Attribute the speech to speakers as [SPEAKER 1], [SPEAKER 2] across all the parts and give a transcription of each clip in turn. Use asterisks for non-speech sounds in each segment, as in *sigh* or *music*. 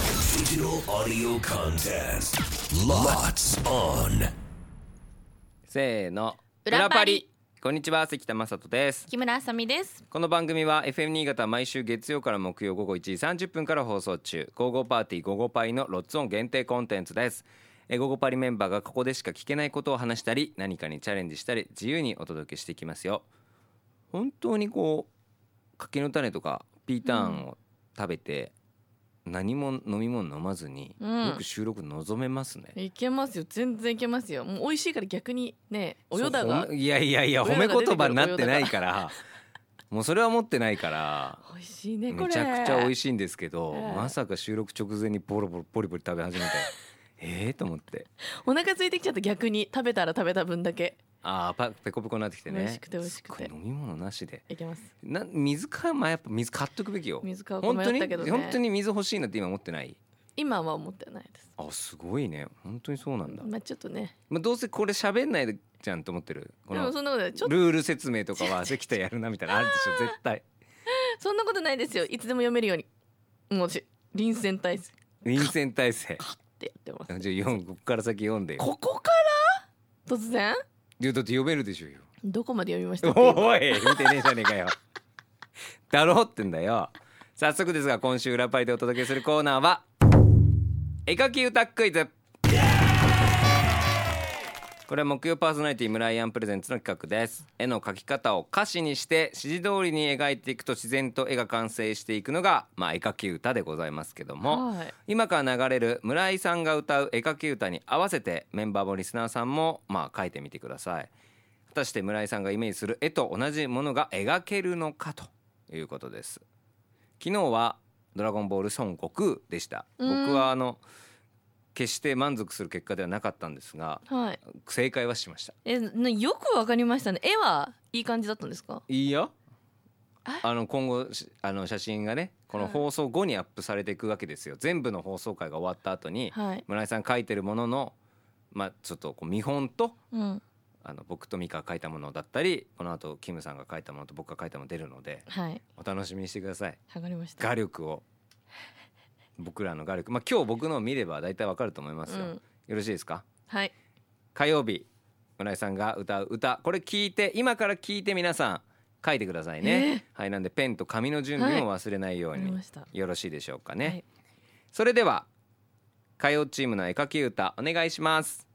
[SPEAKER 1] Digital audio contest. Lots on.
[SPEAKER 2] せーの
[SPEAKER 3] 裏パリ
[SPEAKER 2] こんにちは関田正人です
[SPEAKER 3] 木村あさみです。
[SPEAKER 2] この番組は FM 新潟毎週月曜から木曜午後1時30分から放送中「午後パーティー午後パイ」のロッツオン限定コンテンツですえー午後パリメンバーがここでしか聞けないことを話したり何かにチャレンジしたり自由にお届けしていきますよ本当にこう柿の種とかピーターンを食べて、何も飲み物飲まずに、
[SPEAKER 3] うん
[SPEAKER 2] よく収録望めますね
[SPEAKER 3] いけますよ。全然いけますよ。もう美味しいから逆にね、およだ
[SPEAKER 2] そう
[SPEAKER 3] が
[SPEAKER 2] ほん *laughs* いやいやいや
[SPEAKER 3] およ
[SPEAKER 2] 褒
[SPEAKER 3] だが
[SPEAKER 2] め言葉になってないからもうそれは持ってないから
[SPEAKER 3] 美味しいね
[SPEAKER 2] め
[SPEAKER 3] これ。
[SPEAKER 2] ちゃくちゃ美味
[SPEAKER 3] しい。
[SPEAKER 2] しいんですけど
[SPEAKER 3] ええ
[SPEAKER 2] まさか収録直前にボロボロポリポリ食べ始めて *laughs* ええと思って
[SPEAKER 3] お腹空いてきちゃった逆に食べたら食べた分だけ
[SPEAKER 2] ああパペコペコになってきてね
[SPEAKER 3] 美味しくて美味しくて
[SPEAKER 2] すっごい飲み物なしで
[SPEAKER 3] いけます。
[SPEAKER 2] な水かまあやっぱ水買っとくべきよ
[SPEAKER 3] 水買うか
[SPEAKER 2] 本
[SPEAKER 3] 迷
[SPEAKER 2] 当
[SPEAKER 3] っ
[SPEAKER 2] に
[SPEAKER 3] たけどね。
[SPEAKER 2] 本当に水欲しいなって今思ってない
[SPEAKER 3] 今は思ってないです。
[SPEAKER 2] あすごいね本当にそうなんだ、
[SPEAKER 3] まあちょっとね。
[SPEAKER 2] まあ、どうせこれ喋んないじゃんと思ってるこ
[SPEAKER 3] で
[SPEAKER 2] の
[SPEAKER 3] もそんなことないちょっと
[SPEAKER 2] ルール説明とかは関田やるなみたいなのあるでしょ絶
[SPEAKER 3] *laughs*
[SPEAKER 2] 対
[SPEAKER 3] そんなことないですよ。いつでも読めるように。もう私臨戦態勢っ
[SPEAKER 2] 臨戦態勢
[SPEAKER 3] てやってます。
[SPEAKER 2] じゃあ読むここから先読んでよ
[SPEAKER 3] ここから突然
[SPEAKER 2] いやだって読めるでしょうよ
[SPEAKER 3] どこまで読み
[SPEAKER 2] *laughs*
[SPEAKER 3] ましたっけ今
[SPEAKER 2] おい見てねえじゃねえかよだろってんだよ早速ですが今週裏パリでお届けするコーナーは絵描き歌クイズこれは木曜パーソナリティ村井アンプレゼンツの企画です絵の描き方を歌詞にして指示通りに描いていくと自然と絵が完成していくのがまあ絵描き歌でございますけども、
[SPEAKER 3] はい。
[SPEAKER 2] 今から流れる村井さんが歌う絵描き歌に合わせてメンバーもリスナーさんもまあ書いてみてください果たして村井さんがイメージする絵と同じものが描けるのかということです昨日はドラゴンボール孫悟空でした
[SPEAKER 3] うん
[SPEAKER 2] 僕はあの決して満足する結果ではなかったんですが
[SPEAKER 3] はい。
[SPEAKER 2] 正解はしました
[SPEAKER 3] え、なよくわかりましたね。絵はいい感じだったんですか。
[SPEAKER 2] いいよ
[SPEAKER 3] あ
[SPEAKER 2] あの今後しあの写真がねこの
[SPEAKER 3] はい
[SPEAKER 2] 放送後にアップされていくわけですよ全部の放送回が終わった後に
[SPEAKER 3] はい。
[SPEAKER 2] 村井さん書いてるものの、まあ、ちょっとこう見本と
[SPEAKER 3] うん。
[SPEAKER 2] あの僕と美香が書いたものだったりこの後キムさんが書いたものと僕が書いたもの出るので
[SPEAKER 3] はい。
[SPEAKER 2] お楽しみにしてください
[SPEAKER 3] わかりました。
[SPEAKER 2] 画力を僕らの画力まあ今日僕のを見れば大体わかると思いますよ、
[SPEAKER 3] うん
[SPEAKER 2] よろしいですか
[SPEAKER 3] はい。
[SPEAKER 2] 火曜日村井さんが歌う歌これ聞いて今から聞いて皆さん書いてくださいね、はいなんでペンと紙の準備も忘れないよう
[SPEAKER 3] わか
[SPEAKER 2] に、
[SPEAKER 3] りました。
[SPEAKER 2] よろしいでしょうかね、
[SPEAKER 3] はい
[SPEAKER 2] それでは火曜チームの絵描き歌お願いします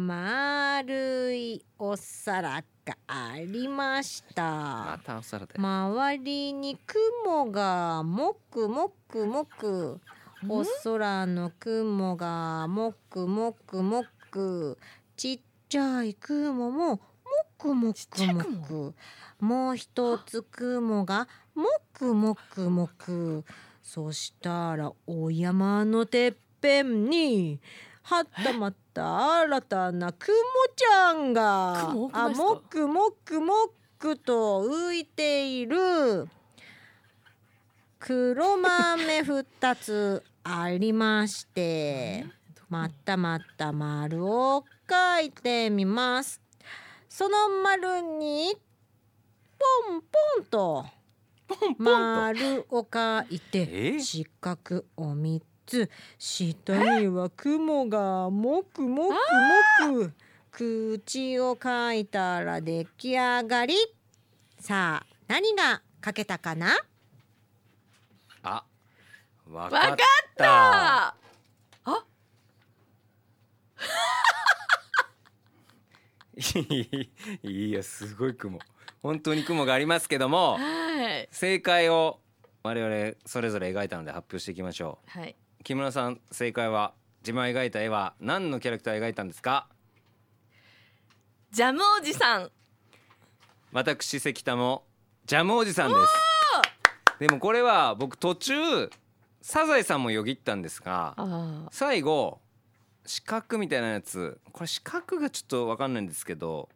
[SPEAKER 4] 丸いお皿がありまし
[SPEAKER 2] ま
[SPEAKER 4] た
[SPEAKER 2] たお皿で
[SPEAKER 4] 周りに雲がもくもくもくお空の雲がもくもくもくちっちゃい雲ももくも
[SPEAKER 3] ちっ
[SPEAKER 4] く
[SPEAKER 3] ちゃい
[SPEAKER 4] も
[SPEAKER 3] 雲
[SPEAKER 4] くもう一つ雲がもくもくもくそしたらお山のてっぺんにはたまた新たな雲ちゃんが
[SPEAKER 3] 雲多くない
[SPEAKER 4] あ
[SPEAKER 3] ですか
[SPEAKER 4] もくもくもくと浮いている黒豆二つありまして。まったまった丸を描いてみます。その丸にポンポンと丸を描い
[SPEAKER 2] え
[SPEAKER 4] て四角を三つ下には雲がもくもくもく口を描いたら出来上がりさあ何が描けたかな
[SPEAKER 2] あわ
[SPEAKER 3] わか
[SPEAKER 2] か
[SPEAKER 3] っ
[SPEAKER 2] った *laughs*
[SPEAKER 3] た。
[SPEAKER 2] いやすごい雲本当に雲がありますけども
[SPEAKER 3] はい。
[SPEAKER 2] 正解を我々それぞれ描いたので発表していきましょ
[SPEAKER 3] はい。
[SPEAKER 2] う木村さん正解は自分が描いた絵は何のキャラクターを描いたんですか
[SPEAKER 3] ジャムおじさん。
[SPEAKER 2] 私関田もジャムおじさんですでもこれは僕途中サザエさんもよぎったんですが
[SPEAKER 3] ああ。
[SPEAKER 2] 最後四角みたいなやつこれ四角がちょっと分かんないんですけど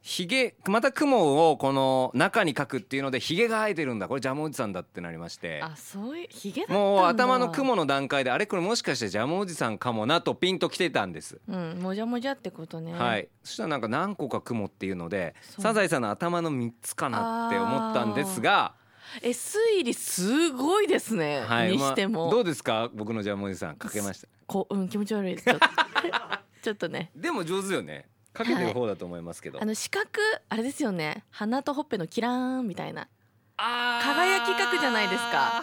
[SPEAKER 2] ひげまた雲をこの中に描くっていうのでひげが生えてるんだこれジャムおじさんだってなりまして
[SPEAKER 3] あ、そういうひげだったんだ。
[SPEAKER 2] もう頭の。雲の段階であれこれもしかしてジャムおじさんかもなとピンときてたんです。
[SPEAKER 3] うん、もじゃもじゃってことね。
[SPEAKER 2] は。い、そしたらなんか何個か雲っていうので
[SPEAKER 3] そう
[SPEAKER 2] サザエさんの頭の3つかなって思ったんですが
[SPEAKER 3] え推理すごいですね、
[SPEAKER 2] はい、
[SPEAKER 3] にしても、
[SPEAKER 2] まあどうですか僕のジャムおじさん書けました
[SPEAKER 3] こううん気持ち悪いですちょっと *laughs* ちょっとね
[SPEAKER 2] でも上手よね書けてる方だと思いますけど、
[SPEAKER 3] あの四角あれですよね鼻とほっぺのキラーンみたいな
[SPEAKER 2] あー
[SPEAKER 3] 輝き書くじゃないですか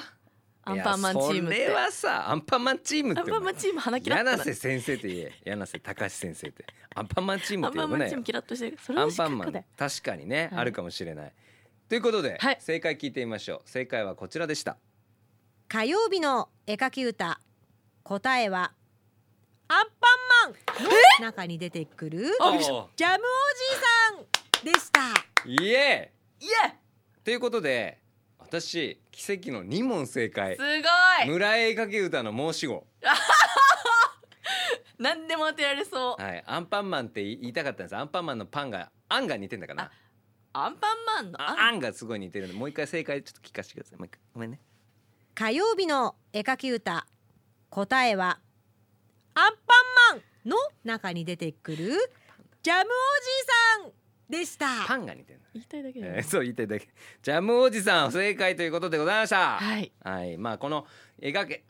[SPEAKER 3] アンパンマンチームっ
[SPEAKER 2] いや
[SPEAKER 3] て
[SPEAKER 2] それはさアンパンマンチームって
[SPEAKER 3] アンパンマンチーム鼻キラッとな
[SPEAKER 2] 柳瀬先生って言え柳瀬隆先生ってアンパンマンチーム
[SPEAKER 3] ア
[SPEAKER 2] っ
[SPEAKER 3] ン
[SPEAKER 2] て
[SPEAKER 3] パ
[SPEAKER 2] 呼
[SPEAKER 3] ン
[SPEAKER 2] ぶ
[SPEAKER 3] マ
[SPEAKER 2] な
[SPEAKER 3] ンチ
[SPEAKER 2] よ
[SPEAKER 3] ームキラッとしてるそれ
[SPEAKER 2] ア
[SPEAKER 3] は
[SPEAKER 2] ン
[SPEAKER 3] 四
[SPEAKER 2] パ
[SPEAKER 3] 角
[SPEAKER 2] ンマン
[SPEAKER 3] で
[SPEAKER 2] 確かにね、
[SPEAKER 3] はい
[SPEAKER 2] あるかもしれないということで、
[SPEAKER 3] はい
[SPEAKER 2] 正解聞いてみましょう正解はこちらでした
[SPEAKER 4] 火曜日の絵描き歌答えはアンパンマンの中に出てくる
[SPEAKER 3] あびっくりし
[SPEAKER 4] ジャムおじいさんでした
[SPEAKER 2] イエ
[SPEAKER 3] イエ
[SPEAKER 2] ーということで私奇跡の2問正解
[SPEAKER 3] すごい
[SPEAKER 2] 村井かけ歌の申し子
[SPEAKER 3] 何でも当てられそう
[SPEAKER 2] はいアンパンマンって言いたかったんですアンパンマンのパンがあんが似てんだかな
[SPEAKER 3] アンパンマンの
[SPEAKER 2] あ
[SPEAKER 3] あ
[SPEAKER 2] あんがすごい似てるんでもう一回正解ちょっと聞かせてくださいもう一回ごめんね
[SPEAKER 4] 火曜日の絵描き歌答えはアンパンマンの中に出てくるジャムおじいさんでした
[SPEAKER 2] パンが似てる
[SPEAKER 3] 言いたいだけ
[SPEAKER 2] え
[SPEAKER 3] で
[SPEAKER 2] ーそう言いたいだけジャムおじさん不正解ということでございましたは
[SPEAKER 3] はい
[SPEAKER 2] い、まあこの描け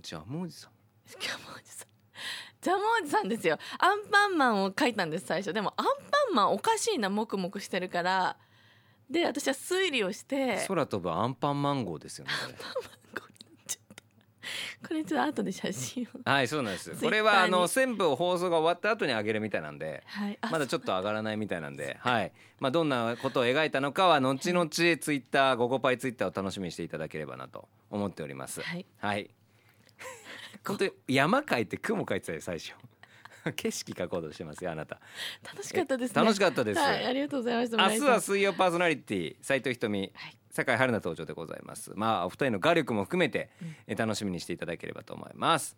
[SPEAKER 2] ジャムおじさん
[SPEAKER 3] ジャムおじさんジャムおじさんですよアンパンマンを書いたんです最初でもアンパンマンおかしいなもくもくしてるからで私は推理をして
[SPEAKER 2] 空飛ぶアンパンマン号ですよねこれ
[SPEAKER 3] これちょっとこれちょっと後で写真を
[SPEAKER 2] はいそうなんです
[SPEAKER 3] 絶対
[SPEAKER 2] こ
[SPEAKER 3] に
[SPEAKER 2] れはあの全部放送が終わった後にあげるみたいなんで
[SPEAKER 3] はいあ
[SPEAKER 2] まだちょっと上がらないみたいなんで、はいまあ、どんなことを描いたのかは後々ツイッターゴゴパイツイッターを楽しみにしていただければなと思っております。
[SPEAKER 3] はい、 *laughs*
[SPEAKER 2] 本当に山描いて雲描いてたよ最初 *laughs* 景色描こうとしてますよあなた。
[SPEAKER 3] 楽しかったですね
[SPEAKER 2] 楽しかったです
[SPEAKER 3] はい、ありがとうございました
[SPEAKER 2] 明日は
[SPEAKER 3] 村井さ
[SPEAKER 2] 水曜パーソナリティ斉藤ひとみ、
[SPEAKER 3] はい
[SPEAKER 2] 酒井春菜登場でございますまあお二人の画力も含めて、え楽しみにしていただければと思います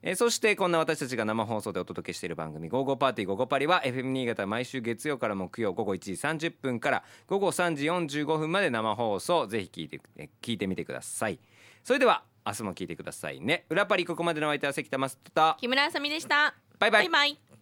[SPEAKER 2] えそしてこんな私たちが生放送でお届けしている番組「ゴーゴーパーティーゴーゴーパリ」は FM 新潟毎週月曜から木曜午後1時30分から午後3時45分まで生放送ぜひ聞いてえ聞いてみてくださいそれでは明日も聞いてくださいね裏パリここまでのお相手は関田マスター
[SPEAKER 3] ん木村あさみでした
[SPEAKER 2] バイバイ
[SPEAKER 3] バイバイ